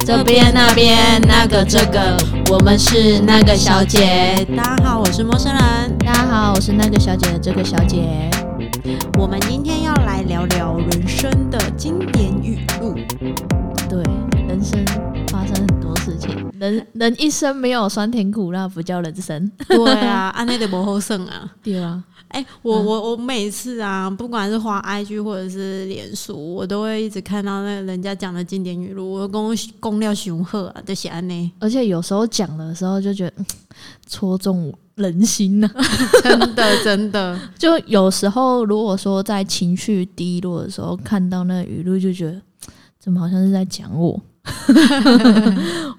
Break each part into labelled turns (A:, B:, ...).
A: 这边那边那个这个，我们是那个小姐。大家好，我是陌生人。
B: 大家好，我是那个小姐的这个小姐。
A: 我们今天要来聊聊人生的经典语录。
B: 对，人生发生很多事情，人人一生没有酸甜苦辣不叫人生，
A: 对啊，安内的不后剩啊。
B: 对啊，
A: 哎、我我我每次啊，不管是滑 IG 或者是脸书，我都会一直看到那个人家讲的经典语录，我公公料雄鹤啊，就是安内，
B: 而且有时候讲的时候就觉得嗯戳中人心啊呐、
A: 真的真的，
B: 就有时候如果说在情绪低落的时候看到那语录，就觉得嗯怎么好像是在讲 我，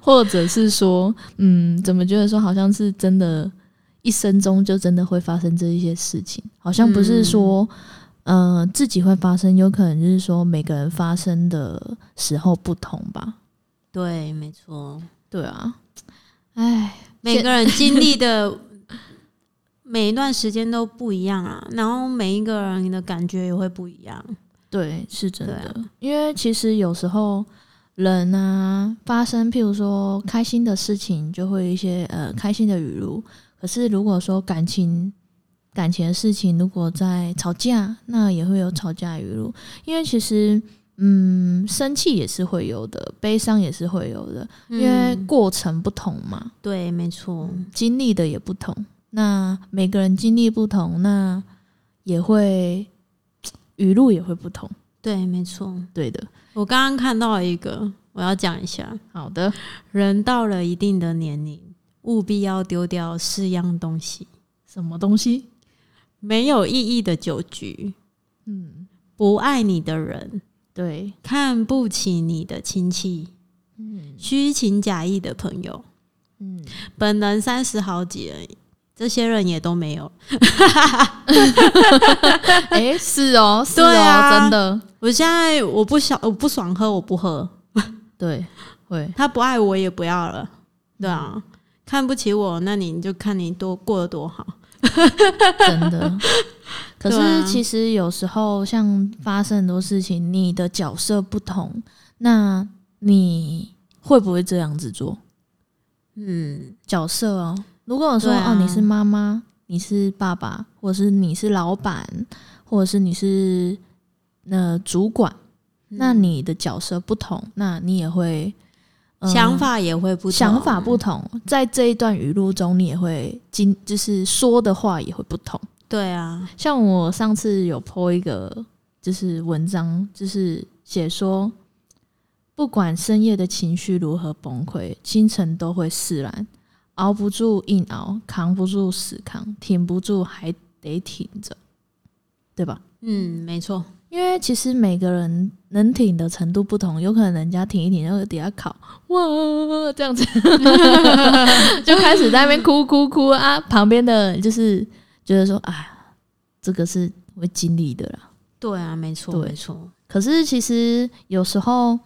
B: 或者是说，嗯，怎么觉得说好像是真的，一生中就真的会发生这一些事情，好像不是说。呃，自己会发生，有可能就是说每个人发生的时候不同吧。
A: 对，没错。
B: 对啊，哎，
A: 每个人经历的 每一段时间都不一样啊，然后每一个人的感觉也会不一样。
B: 对，是真
A: 对
B: 的。
A: 啊
B: 因为其实有时候人啊，发生譬如说开心的事情，就会有一些呃开心的语录。可是如果说感情感情的事情，如果在吵架，那也会有吵架语录。因为其实嗯，生气也是会有的，悲伤也是会有的，因为
A: 嗯
B: 过程不同嘛。
A: 对，没错，
B: 经历的也不同，那每个人经历不同，那也会语录也会不同，
A: 对，没错。
B: 对的。
A: 我刚刚看到一个，我要讲一下：
B: 好的，
A: 人到了一定的年龄，务必要丢掉四样东西：
B: 什么东西？
A: 没有意义的酒局，
B: 嗯，
A: 不爱你的人，
B: 对，
A: 看不起你的亲戚，
B: 嗯
A: 虚情假意的朋友。
B: 嗯，
A: 本人三十好几而已，这些人也都没有。
B: 哎、是哦，是哦，
A: 对啊
B: 真的，
A: 我现在我不想，我不爽喝，我不喝。
B: 对，会，
A: 他不爱我也不要了，对啊，看不起我，那你就看你多过得多好。
B: 真的。可
A: 对啊
B: 是其实有时候像发生很多事情，你的角色不同，那你会不会这样子做？
A: 嗯，
B: 角色哦。如果我说、
A: 对啊
B: 哦，你是妈妈，你是爸爸，或者是你是老板，或者是你是呃主管，那
A: 嗯
B: 你的角色不同，那你也会、呃
A: 想法也会不同
B: 想法不同，在这一段语录中，你也会经就是说的话也会不同。
A: 对啊，
B: 像我上次有 po 一个就是文章，就是写说，不管深夜的情绪如何崩溃，清晨都会释然。熬不住硬熬，扛不住死扛，挺不住还得挺着，对吧？
A: 嗯，没错，
B: 因为其实每个人能挺的程度不同，有可能人家挺一挺，然后底下考哇这样子，就开始在那边哭哭哭啊，旁边的就是觉得说，哎，这个是会经历的啦。
A: 对啊，没错，
B: 对
A: 没错，
B: 可是其实有时候，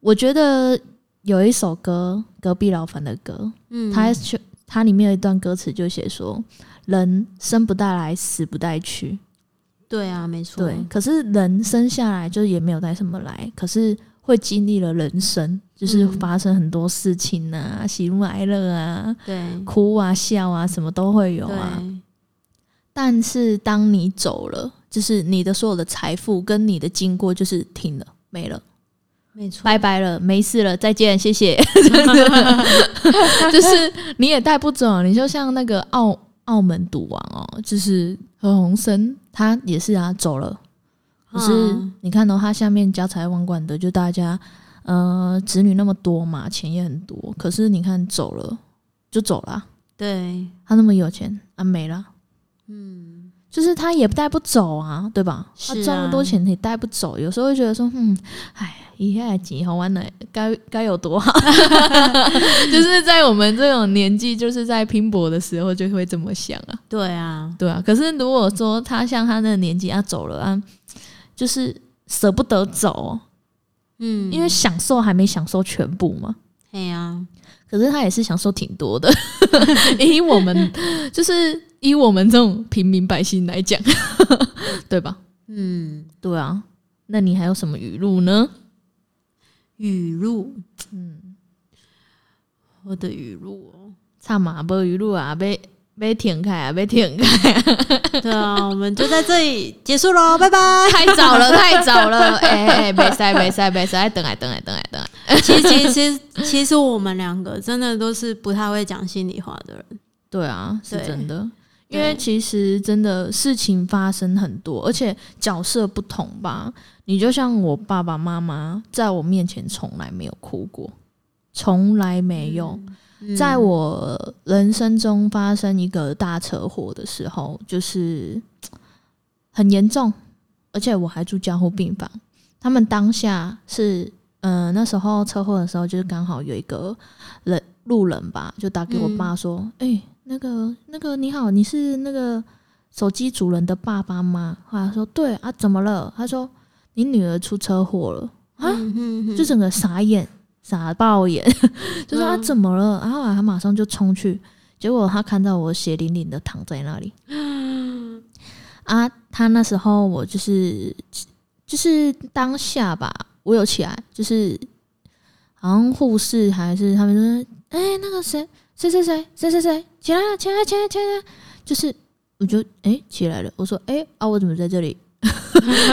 B: 我觉得有一首歌，隔壁老樊的歌，
A: 嗯，
B: 它就它里面有一段歌词就写说，人生不带来，死不带去。
A: 对啊，没错，
B: 对，可是人生下来就是也没有带什么来，可是会经历了人生，就是
A: 嗯
B: 发生很多事情啊，喜怒哀乐啊，
A: 对
B: 哭啊、笑啊，什么都会有啊。
A: 对
B: 但是当你走了，就是你的所有的财富跟你的经过，就是停了，没了，
A: 没错，
B: 拜拜了，没事了，再见，谢 谢。就是就是你也带不走，啊你就像那个澳澳门赌王哦，就是何鸿燊，他也是啊，走了。可是
A: 嗯
B: 你看到、哦他下面家财万贯的，就大家呃子女那么多嘛，钱也很多。可是你看走了就走了啊，
A: 对，
B: 他那么有钱啊没了，
A: 嗯，
B: 就是他也带不走啊，对吧？
A: 是啊
B: 他赚那么多钱也带不走，有时候会觉得说，嗯，哎，一下几好玩的，该该有多 好。 就是在我们这种年纪，就是在拼搏的时候就会这么想啊。
A: 对啊，
B: 对啊，可是如果说他像他那个年纪，他走了啊，就是舍不得走，
A: 嗯，
B: 因为享受还没享受全部嘛。
A: 嘿啊，
B: 可是他也是享受挺多的， 以我们就是以我们这种平民百姓来讲， 对吧？
A: 嗯，
B: 对啊，那你还有什么语录呢？
A: 语录，
B: 嗯，
A: 我的语 录哦。
B: 差嘛，无语录啊，被被停开啊，被停开，
A: 对啊，我们就在这里结束 喽，拜拜。
B: 太早了，太早 了，哎、哎，袂使，袂使，袂使，哎等来，等来，等来，等来，
A: 其实其实其实我们两个真的都是不太会讲心里话的人。
B: 对啊，是
A: 对
B: 真 的。因
A: 对
B: 为其实真的事情发生很多，而且角色不同吧。你就像我爸爸妈妈，在我面前从来没有哭过，从来没有。
A: 嗯
B: 在我人生中发生一个大车祸的时候，就是嘖很严重，而且我还住加护病房。他们当下是，嗯、那时候车祸的时候，就是刚好有一个人路人吧，就打给我爸说：“哎、那个那个你好，你是那个手机主人的爸爸吗？”后来说：“对啊，怎么了？”他说：“你女儿出车祸了。”啊，
A: 嗯嗯嗯
B: 就整个傻眼，傻爆眼， 就说他
A: 嗯
B: 怎么了？然后他马上就冲去，结果他看到我血淋淋的躺在那里。啊，他那时候我就是就是当下吧，我有起来，就是好像护士还是他们就说，哎、那个谁谁谁谁谁谁谁起来了，起来了，起来了，起来了，就是我就哎、起来了，我说哎、啊我怎么在这 里？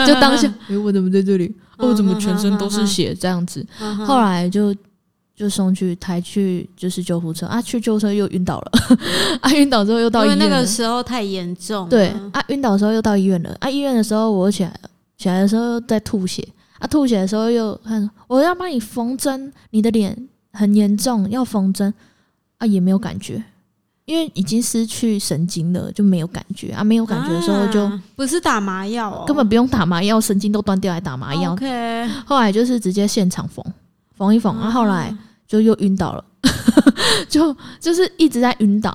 B: 就当
A: 嗯
B: 下，哎、我怎么在这里？ 哦，我怎么全身都是血？这样子，
A: 嗯
B: 后来就就送去抬去就是救护车啊，去救护车又晕倒了 啊，晕倒之后又到医
A: 嗯因为
B: 院了，
A: 那个时候嗯太严重了，
B: 对啊，晕倒的时候又到医院了啊，医院的时候我又起来了，起来的时候又在吐血啊，吐血的时候又看我要帮你缝针，你的脸很严重，要缝针啊，也没有感觉。因为已经失去神经了，就没有感觉啊！没有感觉的时候，就
A: 啊不是打麻药哦，
B: 根本不用打麻药，神经都断掉，还打麻药。
A: OK，
B: 后来就是直接现场缝，缝一缝，然、啊、后后来就又晕倒了， 就就是一直在晕倒，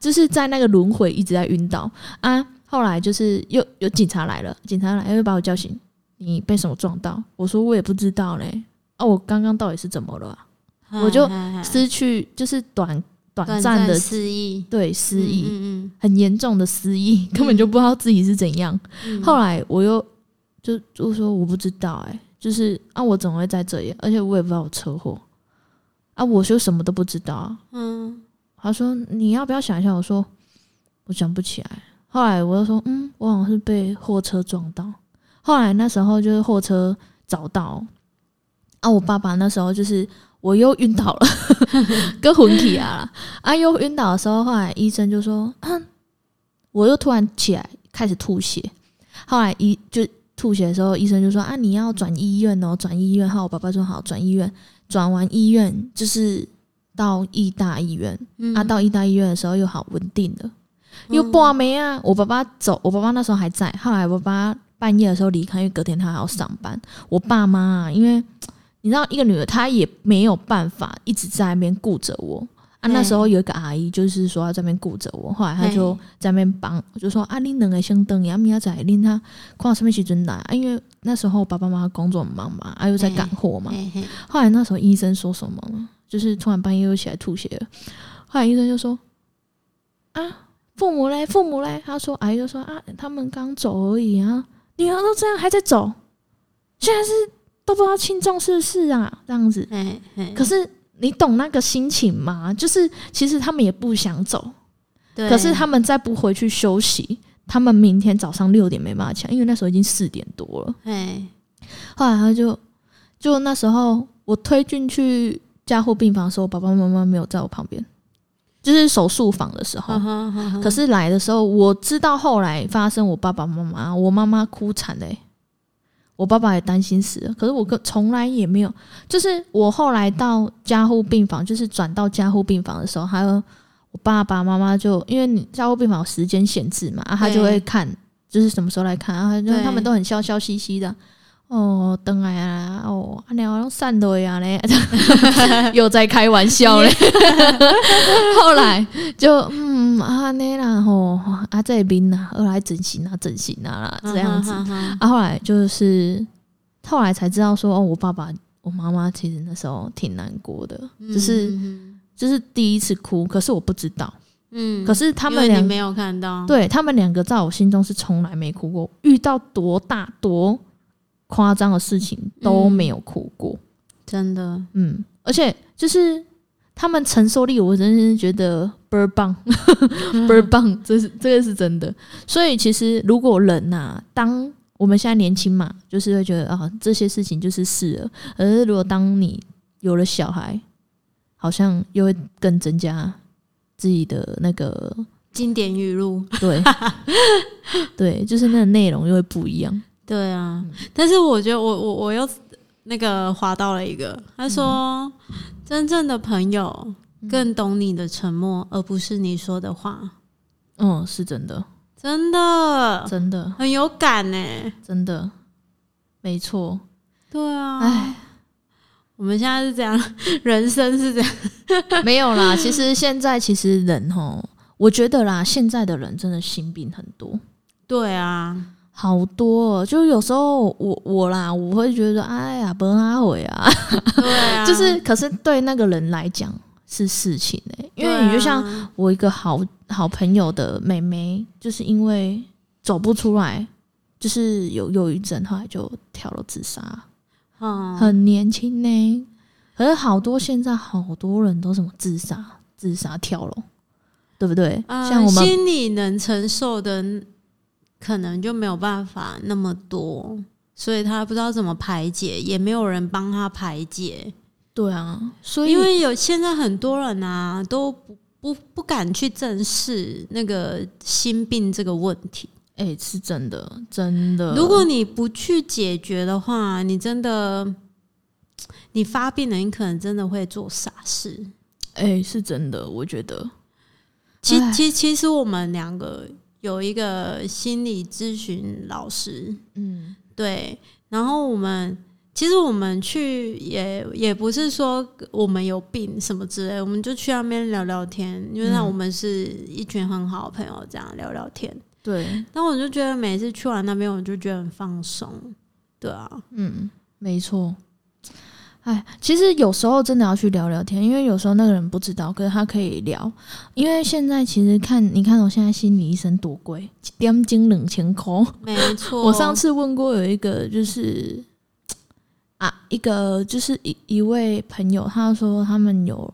B: 就是在那个轮回一直在晕倒啊。后来就是又有警察来了，警察来又把我叫醒，你被什么撞到？我说我也不知道嘞，啊，我刚刚到底是怎么了啊、 我就
A: 嗯
B: 失去就是短短暂的
A: 失忆，
B: 对失忆，
A: 嗯
B: 很严重的失忆，根本就不知道自己是怎样。
A: 嗯嗯
B: 后来我又就就说我不知道、欸，哎，就是啊，我怎么会在这里？而且我也不知道我车祸，啊，我就什么都不知道啊。
A: 嗯
B: 他说你要不要想一下？我说我想不起来。后来我就说，嗯，我好像是被货车撞到。后来那时候就是货车找到，啊，我爸爸那时候就是我又晕倒了，跟魂体啊，啊，又晕倒的时候，后来医生就说，啊，我又突然起来开始吐血。后来医就吐血的时候，医生就说啊，你要转医院哦，转医院。后来我爸爸说好，转医院。转完医院就是到义大医院，
A: 嗯哦
B: 啊，到义大医院的时候又好稳定了，又挂没啊。我爸爸走，我爸爸那时候还在，后来我爸爸半夜的时候离开，因为隔天他还要上班。我爸妈啊，因为你知道，一个女儿她也没有办法一直在那边顾着我。啊，
A: 对
B: 那时候有一个阿姨，就是说要在那边顾着我，后来她就
A: 对
B: 在那边帮，我就说啊，恁两个先等一下，明仔载恁她看什么时阵来啊？因为那时候爸爸妈妈工作很忙嘛，啊又在赶货嘛，
A: 嘿嘿
B: 后来那时候医生说什么呢？就是突然半夜又起来吐血了。后来医生就说：“啊，父母嘞，父母嘞。”他说：“阿姨就说啊，他们刚走而已啊，女儿都这样还在走，现在是都不知道轻重是事啊，这样子。
A: 嘿嘿，
B: 可是你懂那个心情吗？就是其实他们也不想走，
A: 对
B: 可是他们再不回去休息，他们明天早上六点没办法起来，因为那时候已经四点多了。
A: 嘿
B: 后来他就就那时候我推进去加护病房的时候，我爸爸妈妈没有在我旁边，就是手术房的时候。
A: 哈哈哈哈
B: 可是来的时候，我知道后来发生我爸爸妈妈，我妈妈哭惨嘞、我爸爸也担心死了。可是我跟从来也没有，就是我后来到加护病房，就是转到加护病房的时候，还有我爸爸妈妈就因为你加护病房有时间限制嘛，啊、他就会看就是什么时候来看啊，就
A: 对
B: 他们都很笑笑嘻嘻的。哦，等来啊，哦，啊，你好像散落呀嘞，又在开玩笑嘞。 后来就嗯啊那啦吼啊这边啦，后来整形啊整形啊
A: 嗯
B: 啦这样子。
A: 哈哈哈
B: 啊，后来就是后来才知道说，哦，我爸爸、我妈妈其实那时候挺难过的，就是
A: 嗯
B: 就是第一次哭，可是我不知道，
A: 嗯，
B: 可是他们
A: 因为你
B: 两
A: 没有看到，
B: 对他们两个在我心中是从来没哭
A: 嗯
B: 过，遇到多大多夸张的事情都没有哭过，
A: 真的，
B: 嗯，而且就是他们承受力，我真是觉得倍儿棒，倍儿棒，这是这个是真的。所以其实如果人呐、当我们现在年轻嘛，就是会觉得啊这些事情就是事了，可是如果当你有了小孩，好像又会更增加自己的那个
A: 经典语录。
B: 对对，就是那个内容又会不一样。
A: 对啊，
B: 嗯
A: 但是我觉得我我我又那个划到了一个，他说、
B: 嗯
A: 真正的朋友更懂你的沉默，而不是你说的话，
B: 嗯，是真的，
A: 真的
B: 真的，
A: 很有感呢、
B: 真的，没错。
A: 对啊，
B: 唉，
A: 我们现在是这样， 人生是这样，
B: 没有啦，其实现在其实人吼，我觉得啦，现在的人真的心病很多，
A: 对啊，
B: 好多、哦。就有时候我我啦，我会觉得哎呀，本阿伟啊，
A: 对啊，
B: 就是可是对那个人来讲是事情哎、因
A: 对
B: 为
A: 啊
B: 你就像我一个好好朋友的妹妹，就是因为走不出来，就是有忧郁症，后来就跳楼自杀，
A: 嗯，
B: 很年轻呢、可是好多现在好多人都什么自杀、自杀跳楼，对不对？
A: 呃
B: 像我们
A: 心里能承受的，可能就没有办法那么多，所以他不知道怎么排解，也没有人帮他排解。
B: 对啊，所以
A: 因为有现在很多人啊，都不不不敢去正视那个心病这个问题。
B: 哎、是真的，真的。
A: 如果你不去解决的话，你真的，你发病了，你可能真的会做傻事。
B: 哎、是真的，我觉得
A: 其
B: 唉
A: 其其实我们两个有一个心理咨询老师，
B: 嗯
A: 对，然后我们其实我们去也也不是说我们有病什么之类，我们就去那边聊聊天，因为那
B: 嗯
A: 我们是一群很好的朋友，这样聊聊天。
B: 对，
A: 但我就觉得每次去完那边，我就觉得很放松。对啊，
B: 嗯，没错。哎，其实有时候真的要去聊聊天，因为有时候那个人不知道，可是他可以聊。因为现在其实看，你看我现在心理医生多贵，一点钟两千块。
A: 没错。
B: 我上次问过有一个就是啊，一个就是一一位朋友，他说他们有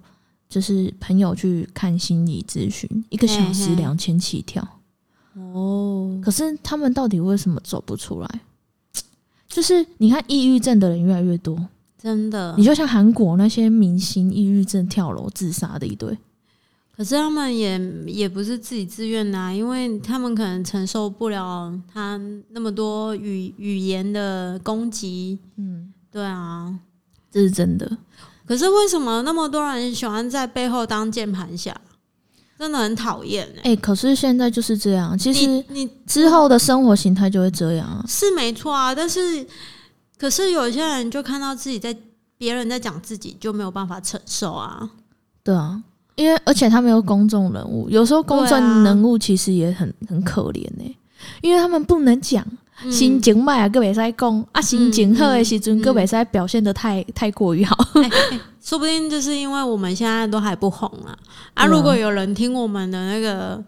B: 就是朋友去看心理咨询，一个小时
A: 嘿嘿
B: 两千起跳，
A: 哦，
B: 可是他们到底为什么走不出来？就是你看，抑郁症的人越来越多，
A: 真的
B: 你，就像韩国那些明星抑郁症跳楼自杀的一堆，
A: 可是他们也也不是自己自愿的、啊，因为他们可能承受不了他那么多语语言的攻击。
B: 嗯，
A: 对啊，
B: 这是真的。
A: 可是为什么那么多人喜欢在背后当键盘侠？真的很讨厌哎！
B: 哎、可是现在就是这样，其实
A: 你你
B: 之后的生活形态就会这样啊。
A: 是没错啊，但是可是有些人就看到自己在别人在讲自己，就没有办法承受啊。
B: 对啊，因为而且他们有公众人物，有时候公
A: 对啊
B: 众人物其实也很很可怜呢、因为他们不能讲
A: 嗯
B: 心情歹啊，个袂使讲啊，心情好的时阵
A: 嗯
B: 个袂使表现的太太过于好。
A: 说不定就是因为我们现在都还不红啊
B: 对
A: 啊！
B: 啊
A: 如果有人听我们的那个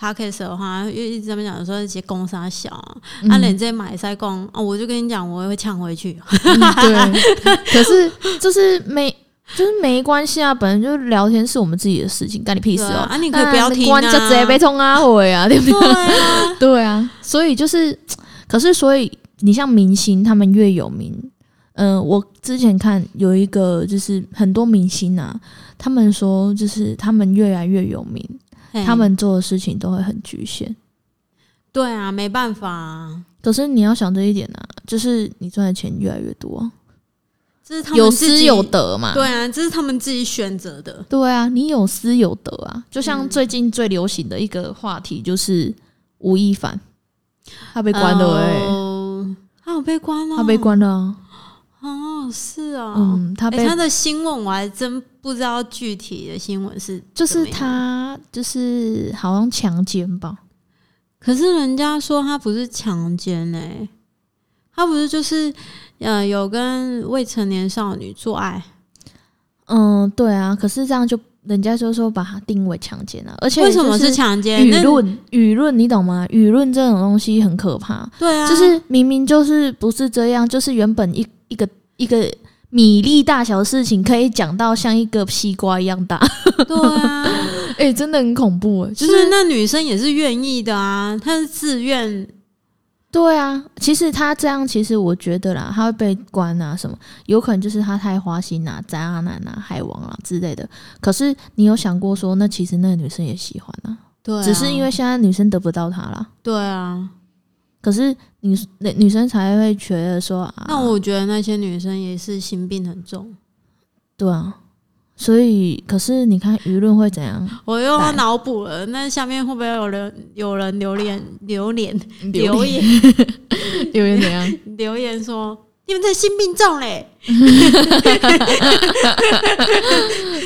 A: podcast 的话，又一直在那边讲说一些公杀小啊， 啊，
B: 嗯
A: 你这买塞公啊，我就跟你讲，我会呛回去。
B: 嗯对，可是就是没。就是没关系啊，本来就是聊天是我们自己的事情，干你屁事
A: 对
B: 哦！
A: 啊啊你可以不要听啊
B: 关就直接被冲啊回啊，对不对？
A: 对啊，
B: 对啊，所以就是，可是所以你像明星，他们越有名，嗯、我之前看有一个就是很多明星啊，他们说就是他们越来越有名，
A: 嘿
B: 他们做的事情都会很局限。
A: 对啊，没办法、啊，
B: 可是你要想这一点啊，就是你赚的钱越来越多啊，
A: 这是他们
B: 有
A: 自
B: 失
A: 己
B: 有得嘛。
A: 对啊，这是他们自己选择的。
B: 对啊，你有失有得啊。就像
A: 嗯
B: 最近最流行的一个话题就是吴亦凡，他被关了哎、
A: 哦他有被关了、
B: 他被关了啊、
A: 哦，是啊、
B: 嗯，他
A: 他
B: 被
A: 他的新闻我还真不知道具体的新闻是，
B: 就是，他就是好像强奸吧，
A: 可是人家说他不是强奸哎、他不是就是呃有跟未成年少女做爱，
B: 嗯，对啊，可是这样就人家就说把他定为强奸了、而且
A: 为什么
B: 就是
A: 强奸？
B: 舆
A: 那
B: 论？舆论你懂吗？舆论这种东西很可怕，
A: 对啊，
B: 就是明明就是不是这样，就是原本一一个一个米粒大小的事情可以讲到像一个西瓜一样大，
A: 对啊，
B: 哎、真的很恐怖 哎，就
A: 就是是那女生也是愿意的啊，她是自愿，
B: 对啊，其实他这样，其实我觉得啦，他会被关啊，什么有可能就是他太花心啦、渣男啊、海王啊之类的。可是你有想过说，那其实那个女生也喜欢啊，
A: 对啊
B: 只是因为现在女生得不到他啦。
A: 对啊。
B: 可是女那女生才会觉得说啊，
A: 那我觉得那些女生也是心病很重，
B: 对啊，所以可是你看舆论会怎样？
A: 我又要
B: 对
A: 脑补了。那下面会不会有人有人留言 留言留
B: 留言
A: 言
B: 留言怎样？
A: 留言说你们这心病重嘞？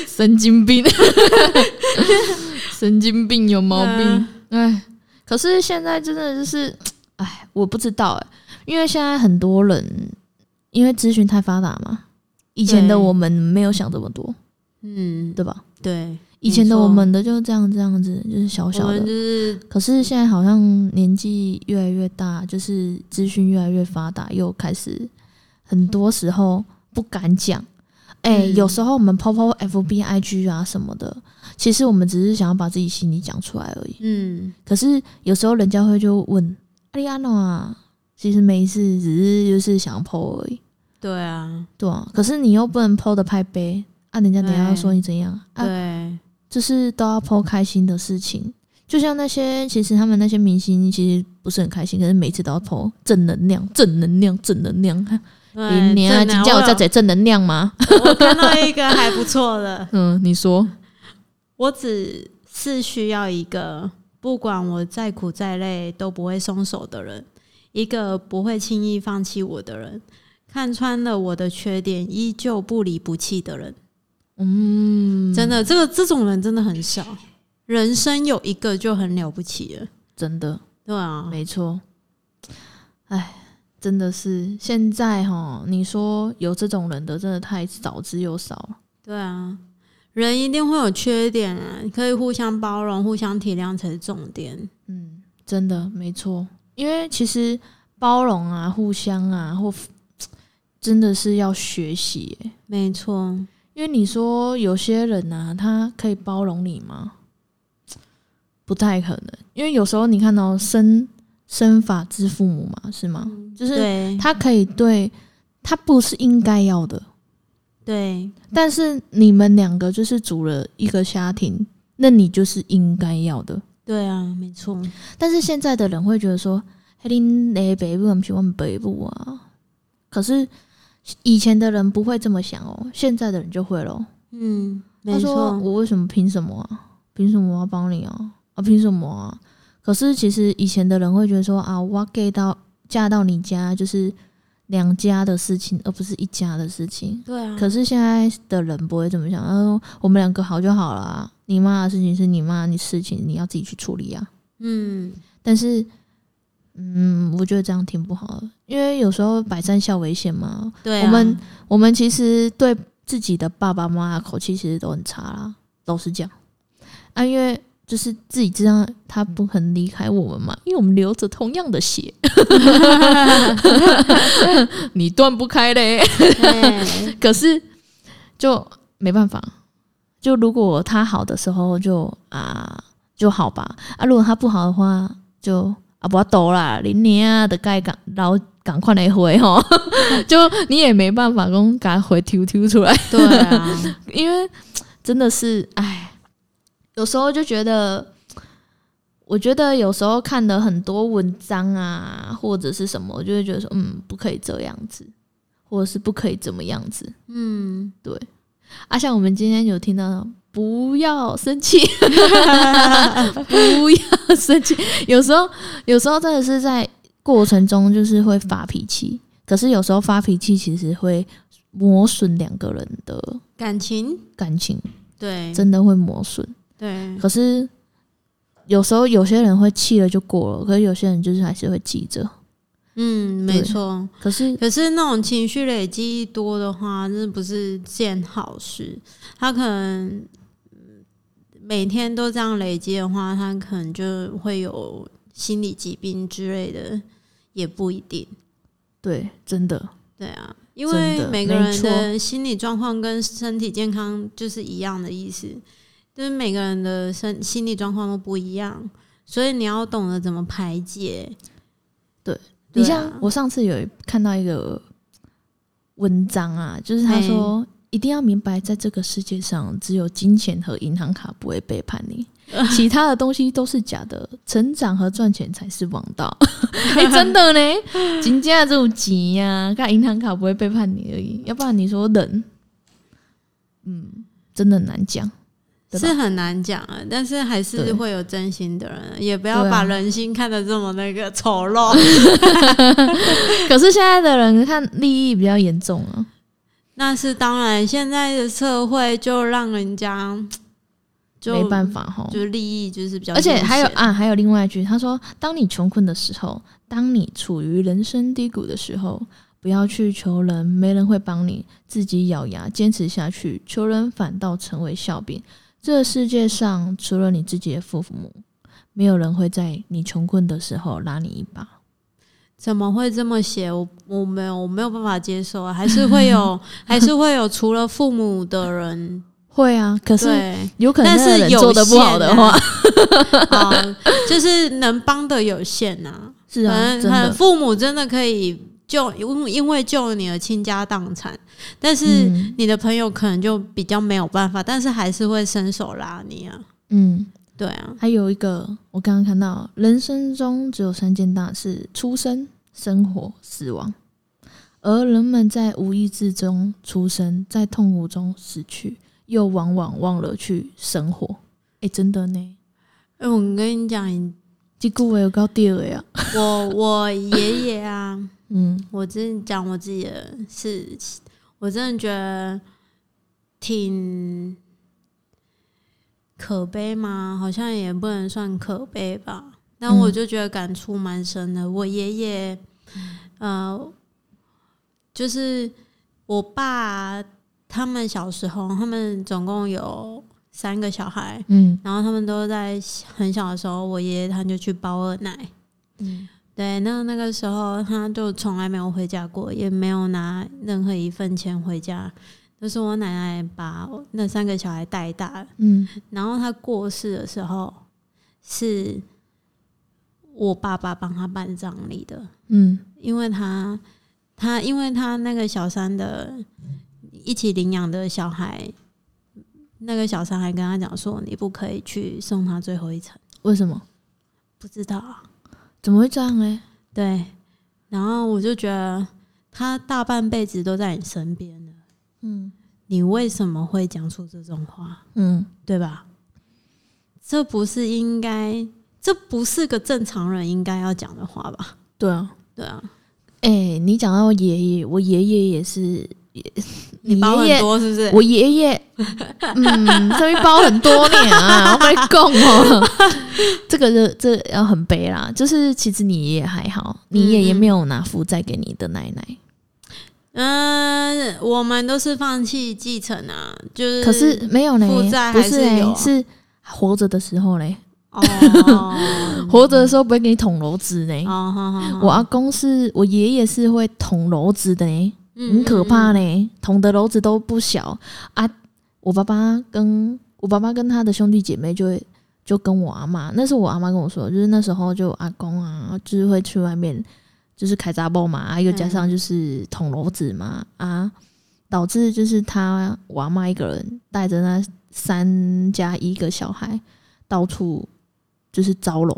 B: 神经 病，神经病有毛
A: 嗯啊
B: 病。哎，可是现在真的就是，哎，我不知道哎，因为现在很多人因为资讯太发达嘛，以前的
A: 对
B: 我们没有想这么多，
A: 嗯，
B: 对吧？
A: 对，
B: 以前的
A: 没错
B: 我们的就是这样这样子，就是小
A: 我
B: 小
A: 们
B: 的
A: 就。是
B: 可是现在好像年纪越来越大，就是资讯越来越发达，又开始很多时候不敢讲。哎、
A: 嗯
B: 有时候我们抛抛 FB、IG 啊什么的，其实我们只是想要把自己心里讲出来而已。
A: 嗯，
B: 可是有时候人家会就问：“阿丽安诺啊，其实没事，只是就是想抛而已，
A: 对啊，
B: 对啊。可是你又不能抛的拍杯啊，人家等一下要说你怎样啊？
A: 对，
B: 就是都要剖开心的事情。就像那些，其实他们那些明星其实不是很开心，可是每次都要剖正能量、正能量、正能量。
A: 对
B: 你啊，
A: 真的
B: 请叫我叫姐正能量吗？
A: 我有我看到一个还不错的，
B: 嗯，你说，
A: 我只是需要一个不管我再苦再累都不会松手的人，一个不会轻易放弃我的人，看穿了我的缺点依旧不离不弃的人。
B: 嗯，
A: 真的，这个这种人真的很少，人生有一个就很了不起了。
B: 真的，
A: 对啊，
B: 没错。哎，真的是现在哈，你说有这种人的，真的太少之又少了。
A: 对啊，人一定会有缺点啊，你可以互相包容、互相体谅才是重点。
B: 嗯，真的没错，因为其实包容啊、互相啊，或真的是要学习耶、
A: 没错，
B: 因为你说有些人啊，他可以包容你吗？不太可能，因为有时候你看到生生法之父母嘛，是吗？就是
A: 嗯对
B: 他可以对他不是应该要的，
A: 对
B: 但是你们两个就是组了一个家庭，那你就是应该要的。
A: 对啊，没错，
B: 但是现在的人会觉得说，嘿，恁嘞北部，我们喜欢北部啊。可是以前的人不会这么想哦，现在的人就会咯。
A: 嗯，
B: 他
A: 没
B: 说：“
A: 错，
B: 我为什么凭什么啊？凭什么我要帮你啊？啊，凭什么啊？”可是其实以前的人会觉得说啊，我 get 到嫁到你家就是两家的事情，而不是一家的事情。
A: 对啊，
B: 可是现在的人不会这么想，嗯、我们两个好就好了啊。你妈的事情是你妈的事情，你要自己去处理啊。
A: 嗯，
B: 但是，嗯，我觉得这样挺不好的，因为有时候百战孝为先嘛。
A: 对啊，
B: 我们我们其实对自己的爸爸妈妈的口气其实都很差啦，老实讲啊，因为就是自己知道他不肯离开我们嘛，因为我们流着同样的血， 你断不开嘞。
A: 对
B: 可是就没办法，就如果他好的时候就啊就好吧，啊如果他不好的话就啊不要抖啦，你年啊的该赶老赶快来回吼， 就你也没办法讲赶回 Q Q 出来，
A: 对啊，
B: 因为真的是哎，有时候就觉得。我觉得有时候看了很多文章啊，或者是什么，我就会觉得说，嗯，不可以这样子，或者是不可以怎么样子。
A: 嗯，
B: 啊，像我们今天有听到“不要生气”，不要生气。有时候，有时候真的是在过程中就是会发脾气，可是有时候发脾气其实会磨损两个人的
A: 感情，
B: 感情，
A: 对
B: 真的会磨损。
A: 对
B: 可是有时候有些人会气了就过了，可是有些人就是还是会记着。
A: 嗯，没错。
B: 可是，
A: 可是那种情绪累积多的话，那不是件好事。他可能嗯每天都这样累积的话，他可能就会有心理疾病之类的，也不一定。
B: 对，真的，
A: 对啊，因为
B: 真的
A: 每个人
B: 没
A: 的心理状况跟身体健康就是一样的意思，就是每个人的身心理状况都不一样，所以你要懂得怎么排解。
B: 对
A: 对
B: 你
A: 啊，
B: 像我上次有看到一个文章啊，就是他说一定要明白，在这个世界上，只有金钱和银行卡不会背叛 你，其他的东西都是假的，成长和赚钱才是王 道。哎、真的呢，金价这种急呀，看银行卡不会背叛你而已，要不然你说人，嗯，真的很难讲。 对吧
A: 是很难讲啊，但是还是
B: 对
A: 会有真心的人，也不要
B: 对啊
A: 把人心看得这么那个丑 陋。
B: 可是现在的人看利益比较严重啊，
A: 那是当然，现在的社会就让人家就
B: 没办法吼。
A: 就利益就是比较
B: 而
A: 明显，
B: 且还有啊，还有另外一句，他说：“当你穷困的时候，当你处于人生低谷的时候，不要去求人，没人会帮你，自己咬牙坚持下去，求人反倒成为笑柄。这世界上除了你自己的父母，没有人会在你穷困的时候拉你一把。
A: 怎么会这么写？我我没有我没有办法接受，啊，还是 会有还是会有除了父母的人，
B: 会啊，可是
A: 对，
B: 有可能
A: 但
B: 那个
A: 是
B: 人
A: 有
B: 做的不好的
A: 限
B: 话，
A: 啊啊，就是能帮的有限呐、
B: 是
A: 可
B: 啊，
A: 能
B: 真
A: 可能
B: 的。
A: 父母真的可以救，因因为救你而倾家荡产，但是
B: 嗯
A: 你的朋友可能就比较没有办法，但是还是会伸手拉你啊，
B: 嗯，
A: 对啊，
B: 还有一个，我刚刚看到，人生中只有三件大事：出生、生活、死亡。而人们在无意志中出生，在痛苦中死去，又往往忘了去生活。哎、真的呢，
A: 哎、我跟你讲，
B: 这句话有够对的呀。
A: 我我爷爷啊。
B: 嗯，
A: 我真的讲我自己的事情，我真的觉得挺可悲吗？好像也不能算可悲吧。但
B: 嗯
A: 我就觉得感触蛮深的。我爷爷，呃，就是我爸他们小时候，他们总共有三个小孩，
B: 嗯
A: 然后他们都在很小的时候，我爷爷他就去包二奶，
B: 嗯
A: 对，那那个时候他就从来没有回家过，也没有拿任何一份钱回家，都是我奶奶把那三个小孩带大的。
B: 嗯
A: 然后他过世的时候，是我爸爸帮他办葬礼的，
B: 嗯
A: 因为他他因为他那个小三的一起领养的小孩，那个小三还跟他讲说，你不可以去送他最后一程，
B: 为什么？
A: 不知道啊。
B: 怎么会这样呢？
A: 对，然后我就觉得他大半辈子都在你身边了，
B: 嗯
A: 你为什么会讲出这种话，
B: 嗯，
A: 对吧？这不是应该，这不是个正常人应该要讲的话吧？
B: 对啊，
A: 对啊，
B: 哎、你讲到我爷爷，我爷爷也是，
A: 你包很多是不是？
B: 我爷爷，嗯，这边包很多年 啊，我被供哦。这个这这要很悲啦，就是其实你爷爷还好，你爷爷没有拿负债给你的奶奶，
A: 嗯、我们都是放弃继承啊，就是
B: 可是没有呢，
A: 负债
B: 不
A: 还
B: 是
A: 是有
B: 嘞
A: 啊，
B: 是活着的时候嘞，
A: 哦
B: 活着的时候不会给你捅娄子呢。
A: 嗯哦，好好好
B: 我啊阿公是我爷爷是会捅娄子的呢，
A: 嗯
B: 很可怕
A: 嗯
B: 呢，捅的篓子都不小啊！我爸爸跟我爸爸跟他的兄弟姐妹就会就跟我阿妈，那是我阿妈跟我说，就是那时候就阿公啊，就是会去外面就是开杂包嘛，啊，又加上就是捅篓子嘛，啊，导致就是他我阿妈一个人带着那三加一个小孩到处就是招楼，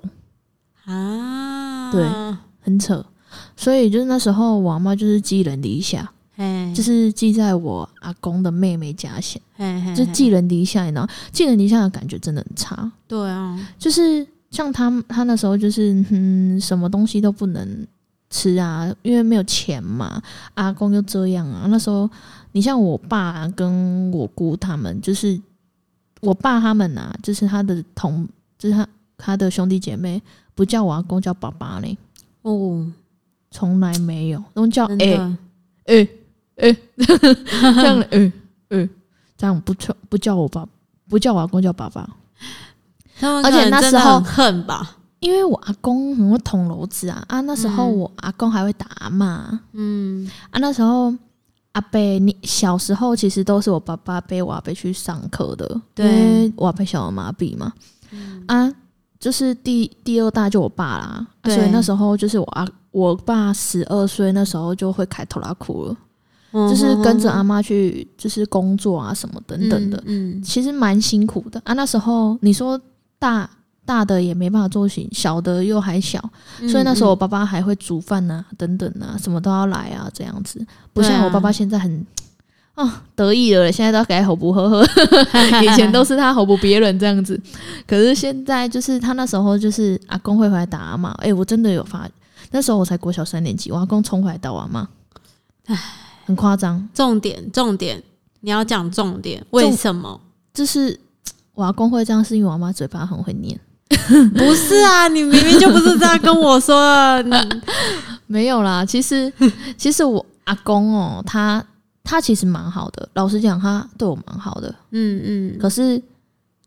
A: 嗯啊，
B: 对，很扯。所以就是那时候我阿妈就是寄人篱下，
A: 嘿，
B: 就是寄在我阿公的妹妹家先，
A: 嘿嘿，
B: 就
A: 嘿
B: 寄人篱下，你知道，寄人篱下的感觉真的很差。
A: 对啊，
B: 就是像他们他那时候就是嗯，什么东西都不能吃啊，因为没有钱嘛。阿公就这样啊，那时候你像我爸跟我姑他们，就是我爸他们啊，就是他的同，就是他他的兄弟姐妹不叫我阿公叫爸爸嘞，
A: 哦，
B: 从来没有，都叫
A: 真
B: 哎、
A: 的。
B: 哎哎， 这样哎哎，这样不叫不叫我爸，不叫我阿公叫爸爸，
A: 他们
B: 而且
A: 可能
B: 那
A: 真
B: 时
A: 的
B: 候
A: 很恨吧，
B: 因为我阿公很会捅娄子啊啊，那时候
A: 嗯
B: 我阿公还会打阿嬷啊，
A: 嗯，
B: 啊那时候阿贝，你小时候其实都是我爸爸背我阿贝去上课的，
A: 对
B: 因为我阿贝小儿麻痹嘛，啊，就是第第二大就我爸啦，啊
A: 对
B: 所以那时候就是我阿我爸十二岁那时候就会开头拉哭了，
A: 嗯
B: 就是跟着阿妈去就是工作啊什么等等的，
A: 嗯，嗯
B: 其实蛮辛苦的啊。那时候你说大大的也没办法做行，小的又还小，
A: 嗯
B: 所以那时候我
A: 嗯
B: 爸爸还会煮饭啊，等等啊，什么都要来啊，这样子。不
A: 对啊
B: 像我爸爸现在很。哦，得意了，现在都改吼不呵 呵，
A: 嗯
B: 以前都是他吼不别人这样子，可是现在就是他那时候就是阿公会回来打阿妈，哎、我真的有发，那时候我才国小三年级，我阿公冲回来打我阿妈，很夸张，
A: 重点重点，你要讲重点，为什么？
B: 就是我阿公会这样，是因为我阿妈嘴巴很会念，
A: 不是啊，你明明就不是这样跟我说的。 你
B: 没有啦，其 实其实我阿公哦，他他其实蛮好的，老实讲，他对我蛮好的。
A: 嗯嗯，
B: 可是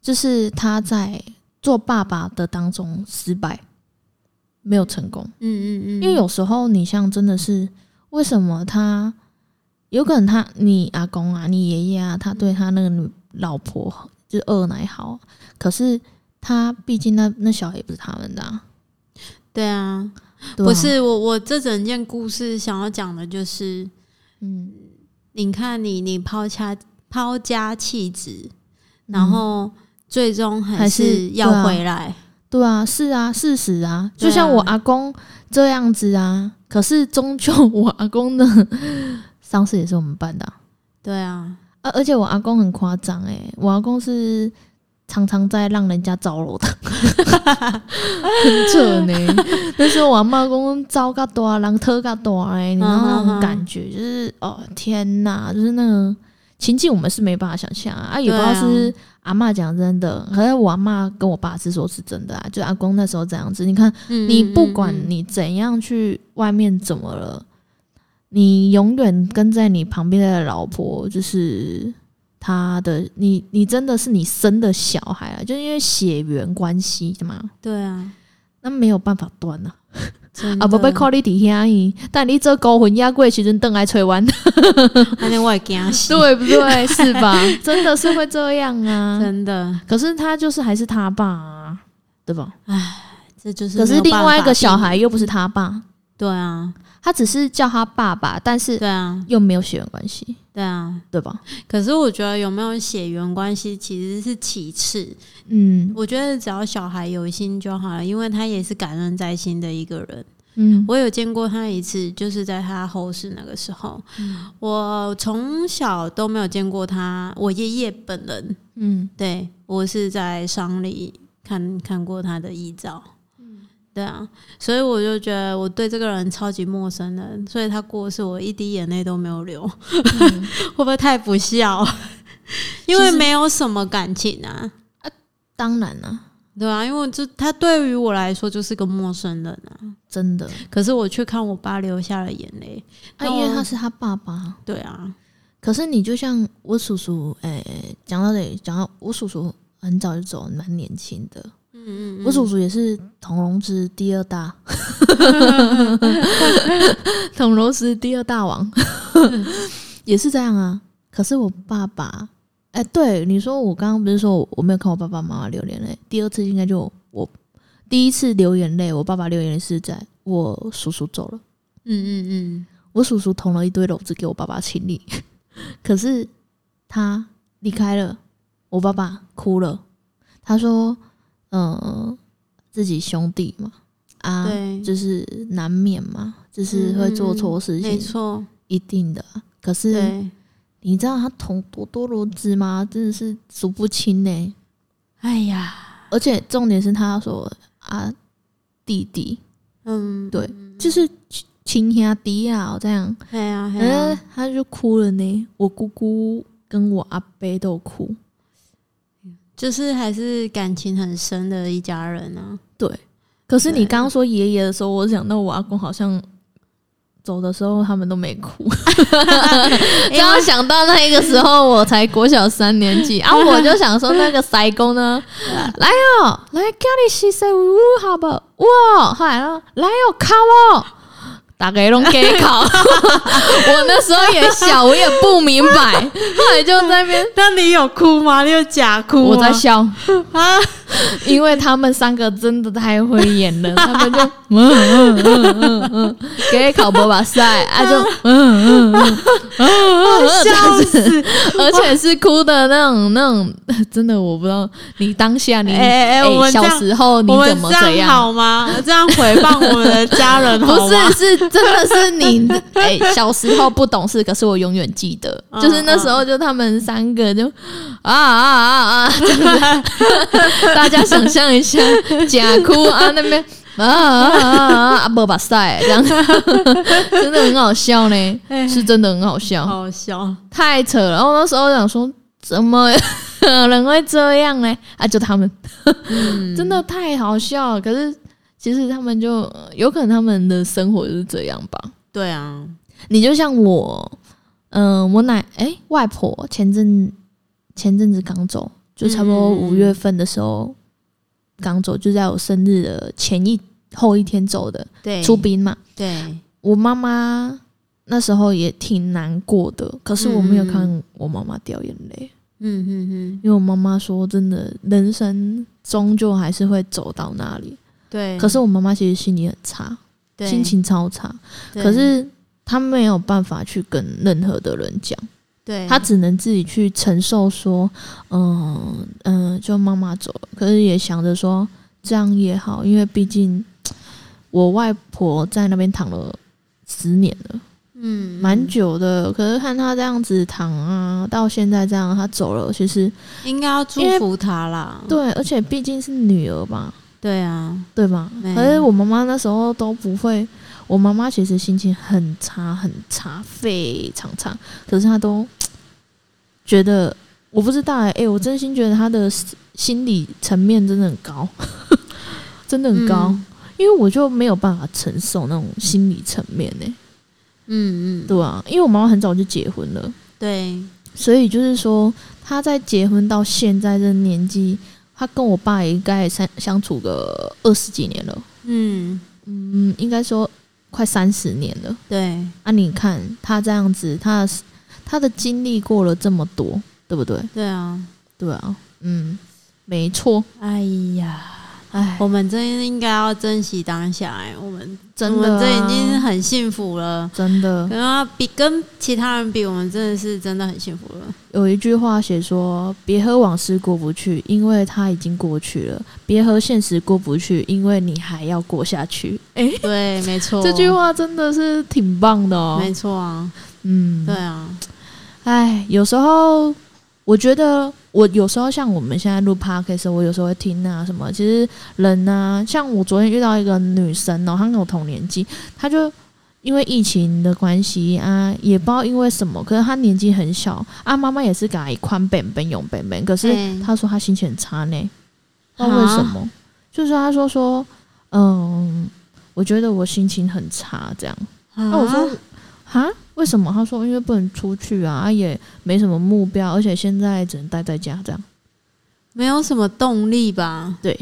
B: 就是他在做爸爸的当中失败，没有成功。
A: 嗯嗯嗯，
B: 因为有时候你像真的是为什么他有可能他你阿公啊，你爷爷啊，他对他那个女老婆就是二奶好，可是他毕竟那那小孩也不是他们的、啊，
A: 对啊，
B: 对啊
A: 不，是我我这整件故事想要讲的就是，
B: 嗯，
A: 你看你你抛家抛家弃子，然后最终
B: 嗯还
A: 是
B: 是啊
A: 要回来。
B: 对啊，是啊，事实啊，
A: 对
B: 就
A: 啊
B: 像我阿公这样子啊，可是终究我阿公的 丧事也是我们办的、啊，
A: 对啊，
B: 而而且我阿公很夸张诶，我阿公是常常在让人家招楼的， 很扯呢、那时候我阿妈公招个多，人特个多哎，你知道那种感觉，就是哦天哪，就是那个情境我们是没办法想象啊，啊也不知道
A: 对
B: 是阿妈讲真的，可是我阿妈跟我爸是说是真的啊，就阿公那时候这样子，你看
A: 嗯
B: 你不管
A: 嗯嗯
B: 你怎样去外面怎么了，你永远跟在你旁边的老婆，就是她的你，你真的是你生的小孩啊，就是因为血缘关系的嘛，
A: 对啊，
B: 那没有办法断啊。
A: 真的
B: 啊，不被靠你底下伊，但你这勾魂压过去，阵邓来吹完，
A: 那天我也惊死，
B: 对不对？是吧？ 真的是会这样啊。
A: 真的，
B: 可是他就是还是他爸啊，对吧？
A: 这就是
B: 可是
A: 没有
B: 另
A: 办
B: 外一
A: 法
B: 个小
A: 避免，
B: 孩又不是他爸，
A: 对啊，
B: 他只是叫他爸爸，但是
A: 对啊，
B: 又没有血缘关系，
A: 对啊。
B: 对吧？
A: 可是我觉得有没有血缘关系其实是其次，
B: 嗯
A: 我觉得只要小孩有心就好了，因为他也是感恩在心的一个人。
B: 嗯，
A: 我有见过他一次，就是在他后世那个时候，
B: 嗯
A: 我从小都没有见过他，我爷爷本人，
B: 嗯
A: 对我是在商里看看过他的遗照。对啊，所以我就觉得我对这个人超级陌生的，所以他过世我一滴眼泪都没有流， 会不会太不孝？ 因为
B: 其实
A: 没有什么感情啊，
B: 当然啦、
A: 对啊，因为就他对于我来说就是个陌生人啊。
B: 真的，
A: 可是我去看我爸流下了眼泪，
B: 啊，
A: 那我
B: 因为他是他爸爸。
A: 对啊，
B: 可是你就像我叔叔，诶、讲到这里，讲到我叔叔很早就走，蛮年轻的。
A: 嗯嗯，
B: 我叔叔也是铜龙之第二大，铜龙之第二大王，也是这样啊。可是我爸爸，哎、对你说，我刚刚不是说我我没有看我爸爸妈妈流眼泪，第二次应该就我第一次流眼泪，我爸爸流眼泪是在我叔叔走了，
A: 嗯嗯
B: 我叔叔捅了一堆篓子给我爸爸清理， 可是他离开了，我爸爸哭了，他说：“嗯、自己兄弟嘛，
A: 嗯，
B: 啊，
A: 对，
B: 就是难免嘛，就是会做错事情，
A: 嗯没错，
B: 一定的啊。可是
A: 对，
B: 你知道他捅多多罗子吗？真的是数不清呢、
A: 哎呀，
B: 而且重点是他说啊，弟弟
A: 嗯，
B: 对就是亲兄弟啊，这样，
A: 哎呀，哎
B: 嗯、
A: 呀，
B: 他就哭了呢。我姑姑跟我阿伯都哭，
A: 就是还是感情很深的一家人啊。
B: 对。可是你
A: 对
B: 刚刚说爷爷的时候，我想到我阿公好像走的时候，他们都没哭。刚刚想到那一个时候，我才国小三年级啊，我就想说那个塞工呢，来哦，来家里洗洗屋好不好？哇，后来呢，来哦，靠哦，打给龙给考， 我那时候也小，我也不明白，后来就在那边
A: 那你有哭吗？你有假哭
B: 我
A: 吗？
B: 在笑，
A: 啊，
B: 因为他们三个真的太会演 了，他们就嗯嗯嗯嗯嗯，给考博巴赛啊就嗯嗯嗯嗯，
A: 笑死！
B: 而且是哭的那种那种，真的我不知道你当下你
A: 哎哎哎我们这
B: 小
A: 样
B: 时候你
A: 我
B: 怎么
A: 们这样
B: 样？
A: 好吗？这样诽谤我们的家 人好
B: 不
A: 吗？
B: 是，是真的是你 哎、小时候不懂事，可是我永远记得，
A: 嗯
B: 就是那时候就他们三个就啊啊啊啊这 样子，大家想象一下，假哭啊那边啊啊啊啊啊不把塞这样，真的很好笑呢，是真的很好笑，
A: 好笑，
B: 太扯了。然后那时候想说，怎么人会这样呢？啊，就他们。
A: 嗯，
B: 真的太好笑了。可是其实他们就呃有可能他们的生活就是这样吧。
A: 对啊，
B: 你就像我，嗯、我奶哎、外婆前阵前阵子刚走，就差不多
A: 嗯
B: 五月份的时候刚走，就在我生日的前一后一天走的，
A: 对，
B: 出殡嘛。
A: 对，
B: 我妈妈那时候也挺难过的，可是我没有
A: 嗯
B: 看我妈妈掉眼泪，
A: 嗯嗯嗯，
B: 因为我妈妈说真的，人生终究还是会走到那里。
A: 对，
B: 可是我妈妈其实心情很差，
A: 对
B: 心，情超差，
A: 对
B: 可是她没有办法去跟任何的人讲，
A: 对
B: 她只能自己去承受说，嗯嗯、就妈妈走了，可是也想着说这样也好，因为毕竟我外婆在那边躺了十年了，
A: 嗯
B: 蛮久的，可是看她这样子躺啊，到现在这样她走了，其实
A: 应该要祝福他啦，
B: 对，而且毕竟是女儿吧，
A: 对啊，
B: 对吧？
A: 对
B: 可是我妈妈那时候都不会，我妈妈其实心情很差很差，非常差。可是她都觉得，我不知道哎、欸我真心觉得她的心理层面真的很高， 真的很高。
A: 嗯
B: 因为我就没有办法承受那种心理层面呢、
A: 嗯嗯，
B: 对啊，因为我妈妈很早就结婚了，
A: 对，
B: 所以就是说她在结婚到现在这年纪，她跟我爸也应该也相相处个二十几年了。
A: 嗯
B: 嗯，应该说快三十年了。
A: 对，
B: 啊，你看他这样子，他的他的经历过了这么多，对不对？
A: 对啊，
B: 对啊，嗯，没错。
A: 哎呀。
B: 哎，
A: 我们真应该要珍惜当下、哎，我们
B: 真
A: 我
B: 的、
A: 们
B: 啊，
A: 这已经很幸福了。
B: 真的
A: 然后啊比跟其他人比，我们真的是真的很幸福 了。
B: 有一句话写说：“别和往事过不去，因为它已经过去了；别和现实过不去，因为你还要过下去。
A: 对，没错，
B: 这句话真的是挺棒的哦。
A: 没错啊，
B: 嗯，
A: 对啊，
B: 哎，有时候我觉得，我有时候像我们现在录 podcast，我有时候会听啊什么。其实人呢、像我昨天遇到一个女生哦、她跟我同年纪，她就因为疫情的关系啊，也不知道因为什么，可是她年纪很小啊，妈妈也是给她一宽本本用本本，可是
A: 嗯
B: 她说她心情很差呢，她
A: 啊
B: 为什么？就是她说说，嗯，我觉得我心情很差这样。
A: 那
B: 那我说啊，为什么？他说因为不能出去啊，啊也没什么目标，而且现在只能待在家这样。
A: 没有什么动力吧？
B: 对，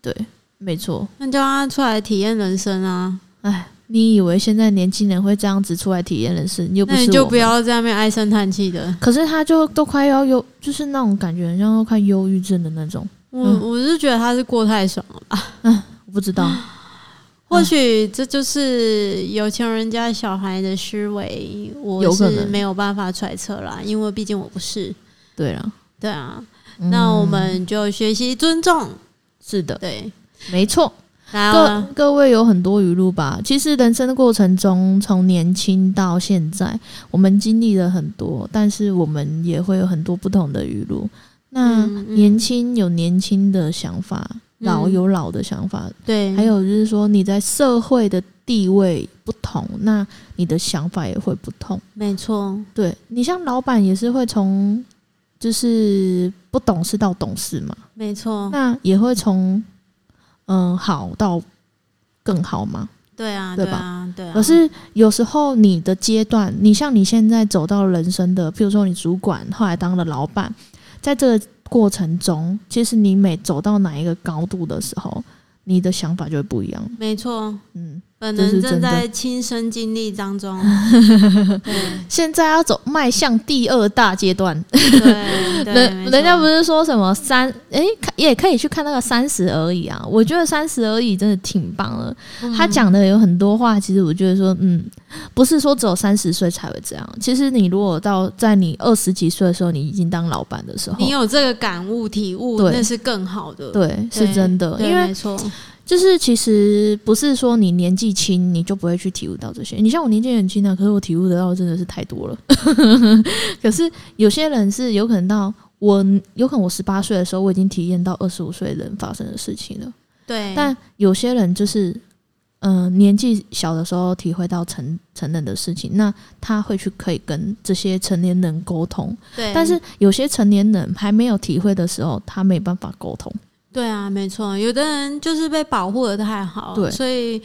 B: 对，没错。
A: 那就让他出来体验人生啊！
B: 哎，你以为现在年轻人会这样子出来体验人生？又不
A: 那
B: 是
A: 你就
B: 我
A: 不
B: 们。
A: 要在那边唉声叹气的。
B: 可是他就都快要忧，就是那种感觉，很像都快忧郁症的那种。
A: 我、
B: 嗯
A: 我是觉得他是过太爽了吧？
B: 我不知道，
A: 啊或许这就是有钱人家小孩的思维，我
B: 有可
A: 是
B: 能
A: 没有办法揣测啦，因为毕竟我不是。
B: 对了，
A: 对啊，
B: 嗯
A: 那我们就学习尊重。
B: 是的，
A: 对，
B: 没错。
A: 然
B: 各
A: 后
B: 各位有很多语录吧？其实人生的过程中，从年轻到现在，我们经历了很多，但是我们也会有很多不同的语录。那
A: 嗯嗯
B: 年轻有年轻的想法，
A: 嗯
B: 老有老的想法，
A: 对，
B: 还有就是说你在社会的地位不同，那你的想法也会不同。
A: 没错，
B: 对你像老板也是会从就是不懂事到懂事嘛，
A: 没错，
B: 那也会从嗯好到更好嘛。
A: 对啊，
B: 对
A: 对
B: 吧
A: 啊，对啊。
B: 可是有时候你的阶段，你像你现在走到人生的，譬如说你主管，后来当了老板，在这个过程中，其实你每走到哪一个高度的时候，你的想法就会不一样。
A: 没错，
B: 嗯，
A: 本
B: 这是
A: 人
B: 真
A: 正
B: 的
A: 在亲身经历 当中，对
B: 现在要走迈向第二大阶段，
A: 对对，没
B: 人
A: 错
B: 人家不是说什么三诶，看也可以去看那个三十而已啊。我觉得三十而已真的挺棒的。
A: 嗯
B: 他讲的有很多话，其实我觉得说，嗯，不是说只有三十岁才会这样。其实你如果到在你二十几岁的时候，你已经当老板的时候
A: 你，有这个感悟体悟，
B: 对
A: 那是更好的，
B: 对，
A: 对，
B: 是真的，
A: 对
B: 因为
A: 没错，
B: 就是其实不是说你年纪轻你就不会去体悟到这些。你像我年纪很轻啊，可是我体悟得到真的是太多了。 可是有些人是有可能到我有可能我十八岁的时候，我已经体验到二十五岁人发生的事情了。
A: 对，
B: 但有些人就是，嗯、年纪小的时候体会到成成人的事情，那他会去可以跟这些成年人沟通。
A: 对，
B: 但是有些成年人还没有体会的时候，他没办法沟通。
A: 对啊，没错，有的人就是被保护的太好，
B: 对
A: 所以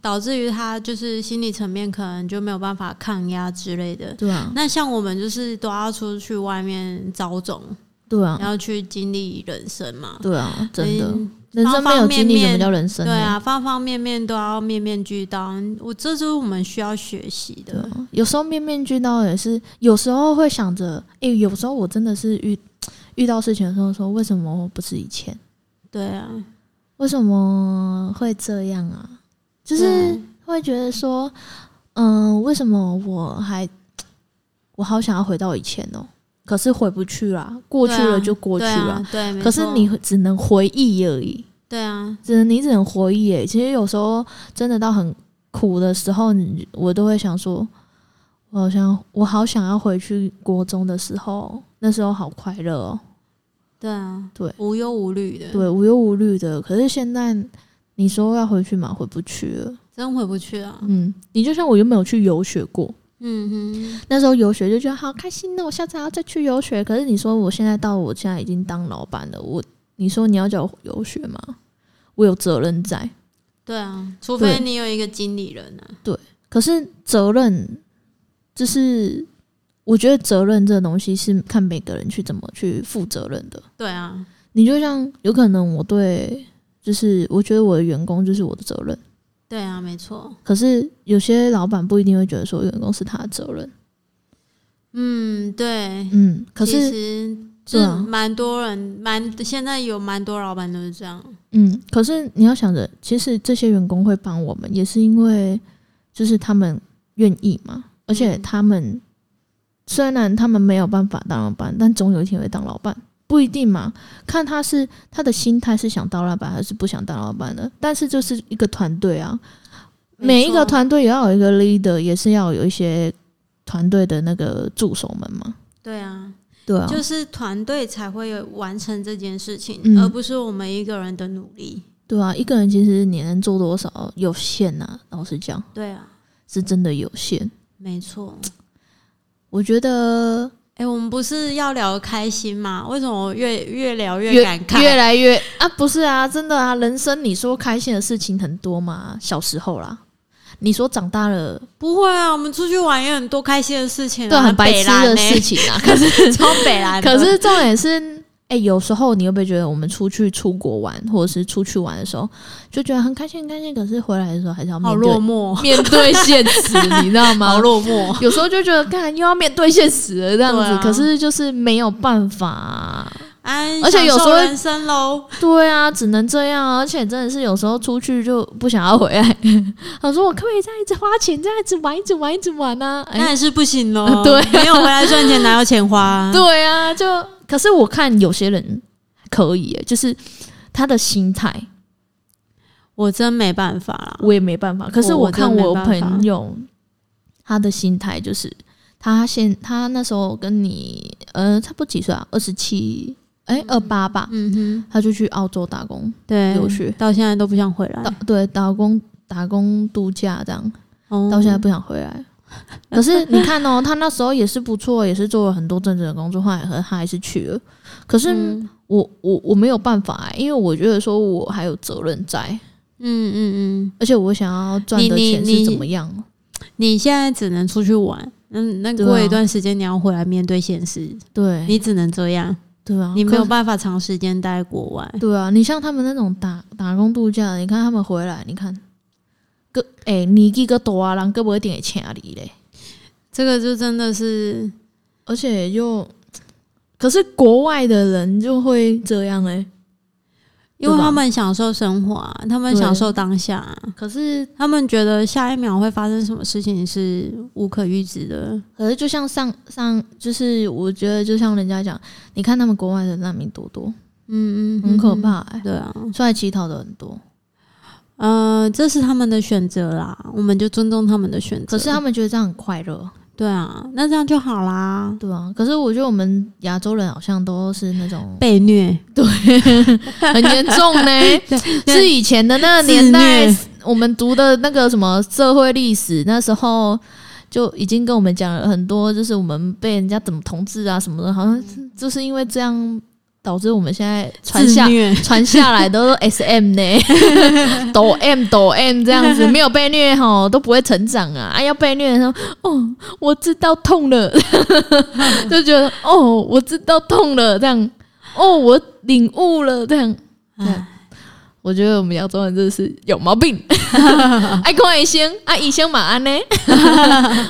A: 导致于他就是心理层面可能就没有办法抗压之类的。
B: 对啊，
A: 那像我们就是都要出去外面找种，
B: 对啊，
A: 然后去经历人生嘛，
B: 对啊，真的。
A: 嗯
B: 人生没有经历，
A: 方方面
B: 怎
A: 面
B: 么叫人生
A: 对
B: 呢？
A: 啊，方方面面都要面面俱到。我这就是我们需要学习
B: 对
A: 的，
B: 啊，有时候面面俱到也是，有时候会想着，诶、有时候我真的是遇遇到事情的时候说，为什么不是以前？
A: 对啊，
B: 为什么会这样啊？就是
A: 对
B: 会觉得说，嗯、为什么我还我好想要回到以前哦，可是回不去啦，过去了就过去
A: 对
B: 了。
A: 啊，对，没
B: 可是
A: 错
B: 你只能回忆而已，
A: 对啊，
B: 只能你只能回忆诶。其实有时候真的到很苦的时候，你我都会想说，我好像我好想要回去国中的时候，那时候好快乐哦。
A: 对啊，
B: 对
A: 无忧无虑的，
B: 对，无忧无虑的。可是现在你说要回去嘛，回不去了。
A: 真回不去啊。
B: 嗯，你就像我原本有去游学过，
A: 嗯哼，
B: 那时候游学就觉得好开心哦，我下次还要再去游学。可是你说我现在到我现在已经当老板了，我你说你要叫我游学吗？我有责任在，
A: 对啊，除
B: 对
A: 非你有一个经理人啊。
B: 可是责任就是我觉得责任这东西是看每个人去怎么去负责任的。
A: 对啊，
B: 你就像有可能我对，就是我觉得我的员工就是我的责任。
A: 对啊，没错。
B: 可是有些老板不一定会觉得说员工是他的责任，
A: 嗯，对。
B: 嗯，可
A: 其
B: 是
A: 实
B: 对
A: 是
B: 啊
A: 蛮多人，蛮现在有蛮多老板都是这样。
B: 嗯，可是你要想着，其实这些员工会帮我们，也是因为就是他们愿意嘛，而且
A: 嗯
B: 他们虽然他们没有办法当老板，但总有一天会当老板，不一定嘛，看他是他的心态是想当老板还是不想当老板的，但是就是一个团队啊，每一个
A: 没错
B: 团队也要有一个 leader，也是要有一些团队的那个助手们嘛，
A: 对啊，
B: 对啊，
A: 就是团队才会有完成这件事情，
B: 嗯
A: 而不是我们一个人的努力。
B: 对啊，一个人其实你能做多少有限呐、老实讲，
A: 对啊，
B: 是真的有限。
A: 没错。
B: 我觉得
A: 哎、我们不是要聊开心吗？为什么我越越聊越
B: 越
A: 感慨？
B: 越来越啊，不是啊，真的啊，人生你说开心的事情很多嘛，小时候啦，你说长大了，
A: 不会啊，我们出去玩也很多开心的事情、啊，
B: 对啊，很白痴的事
A: 情，
B: 情啊。可 是，
A: 欸超北蓝的。
B: 可是重点是，哎、有时候你会不会觉得我们出去出国玩，或者是出去玩的时候，就觉得很开心很开心，可是回来的时候还是要
A: 好
B: 面
A: 落
B: 对
A: 寞，
B: 面对 现实，你知道吗
A: 好？落寞。
B: 有时候就觉得，干又要面对现实了这样子，
A: 对啊
B: 可是就是没有办法、啊
A: 哎，
B: 而且有时候
A: 享受人生喽，
B: 对啊，只能这样啊，而且真的是有时候出去就不想要回来。 我说我可不可以再一直花钱，这样一直玩，一直玩，一直玩呢、啊？
A: 那
B: 哎、
A: 还是不行喽、
B: 啊对啊
A: 没有回来赚钱，哪有钱 花、
B: 对啊，就可是我看有些人可以、欸，就是他的心态，
A: 我真没办法啦。
B: 我也没办法。可是
A: 我
B: 我看
A: 我真
B: 我
A: 没办法
B: 朋友，他的心态就是他现他那时候跟你呃差不多几岁啊，二十七，哎二八吧，
A: 嗯哼，
B: 他就去澳洲打工，
A: 对，
B: 有趣
A: 到现在都不想回来
B: 打，对打工打工度假这样。
A: 哦
B: 到现在不想回来。可是你看哦，他那时候也是不错，也是做了很多正职的工作，后来和他还是去了。可是
A: 嗯
B: 我、我我没有办法、欸因为我觉得说我还有责任在，
A: 嗯嗯
B: 而且我想要赚的
A: 你
B: 钱
A: 你
B: 是
A: 你
B: 怎么样？啊
A: 嗯，你现在只能出去玩，嗯，那
B: 对啊
A: 过一段时间你要回来面对现实，
B: 对，啊
A: 你只能这样，
B: 对啊，
A: 你没有
B: 可
A: 办法长时间待在国外。
B: 对啊，你像他们那种打打工度假的，你看他们回来，你看个诶、年纪个大啊人，个无一定会请你嘞。
A: 这个就真的是
B: 而且又，可是国外的人就会这样哎、
A: 因为他们享受生活、啊，他们
B: 对
A: 享受当下啊、
B: 可是，
A: 他们觉得下一秒会发生什么事情是无可预知的。
B: 可是就像上上，就是我觉得就像人家讲，你看他们国外的难民多多，
A: 嗯嗯，
B: 很可。怕哎、
A: 对啊，
B: 出来乞讨的很多。
A: 呃，这是他们的选择啦，我们就尊重他们的选择。
B: 可是他们觉得这样很快乐，
A: 对啊，那这样就好啦。
B: 对啊。可是我觉得我们亚洲人好像都是那 种
A: 被虐，
B: 很严重呢、 是以前的那个
A: 自
B: 年代
A: 虐，
B: 我们读的那个什么社会历史，那时候就已经跟我们讲了很多，就是我们被人家怎么统治啊什么的，好像是就是因为这样导致我们现在传
A: 自
B: 下
A: 虐，
B: 传下来都是 S M 呢， 抖 M 抖 M 这样 子，没有被虐吼都不会成长啊！啊，要被虐的时候，哦，我知道痛了， 就觉得哦，我知道痛了，这样，哦，我领悟了，这样。
A: 哎
B: 我觉得我们亚洲人真的是有毛 病，爱看医生，啊，医生嘛 安呢，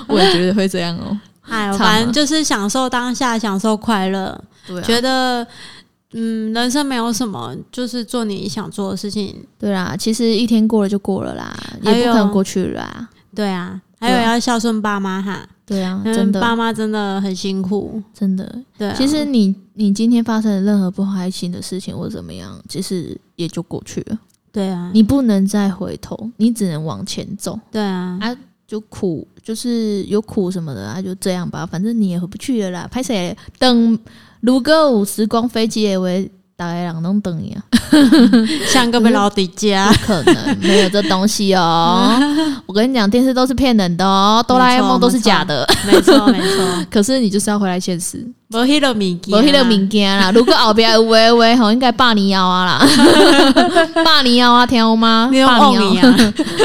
B: 我也觉得会这样哦。
A: 哎
B: 惨
A: 呦，
B: 了
A: 反正就是享受当下，享受快乐，
B: 对啊，
A: 觉得嗯，人生没有什么，就是做你想做的事情。
B: 对啦，其实一天过了就过了啦，也
A: 还
B: 不
A: 有
B: 可能过去了啦。
A: 对啊，还
B: 对啊
A: 有要孝顺爸妈哈，
B: 对啊，
A: 嗯
B: 真
A: 爸
B: 的，
A: 妈真的很辛苦。
B: 真的，
A: 对啊、
B: 其实你你今天发生的任何不开心的事情或怎么样，其实也就过去了。
A: 对啊，
B: 你不能再回头，你只能往前走。
A: 对啊，
B: 啊就苦，就是有苦什么的啊，就这样吧，反正你也回不去了啦。拍谁等如果有时光飞机也会打来人拢等你啊，
A: 像个被老底家
B: 不。可能没有这东西 哦。我跟你讲，电视都是骗人的哦，哆啦 A 梦都是假的。
A: 没错没错，
B: 可是你就是要回来现实，
A: 无迄个啊物件，
B: 无迄个物件啦。如果后壁有喂喂，吼，应该霸你腰啊啦，霸你腰啊，听有吗？
A: 你有
B: 霸
A: 梦
B: 你
A: 你
B: 腰，
A: 啊，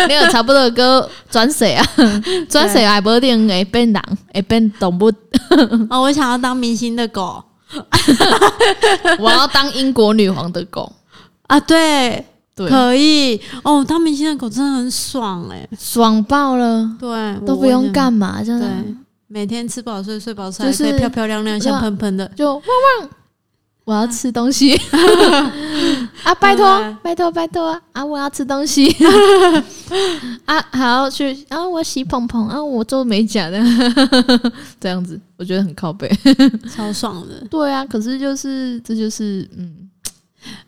B: 你有差不多个转世啊，转世也不一定会变人，会变动物。
A: 哦，我想要当明星的狗
B: 我要当英国女皇的狗，
A: 啊，对，
B: 对，
A: 可以哦，当明星的狗真的很爽哎、
B: 爽爆了，
A: 对，
B: 都
A: 我
B: 不用，干
A: 我
B: 嘛，真
A: 也
B: 的
A: 对，每天吃饱睡，睡饱吃，
B: 就是
A: 还可以漂漂亮亮，
B: 对啊
A: 香喷喷的，
B: 就汪汪，我要吃东 西啊！拜托
A: 嗯，
B: 拜托，拜托啊！啊，我要吃东 西啊！还要去啊！我洗蓬蓬啊！我做美甲的， 这样子我觉得很靠 背。
A: 超爽的
B: 对啊，可是就是这就是嗯，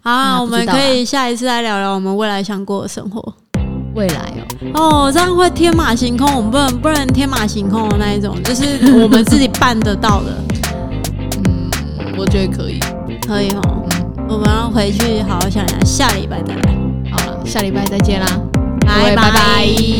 A: 啊！
B: 啊
A: 我
B: 不知
A: 们
B: 道啦
A: 可以下一次来聊聊我们未来想过的生活
B: 未来哦，
A: 哦，这样会天马行空，我们不能不能天马行空的那一种，就是我们自己办得到的，
B: 我觉得可以。嗯
A: 可以哦。我们要回去好好想一下，下礼拜再来。
B: 好了，下礼拜再见啦，各
A: 拜
B: 位
A: 拜
B: 拜拜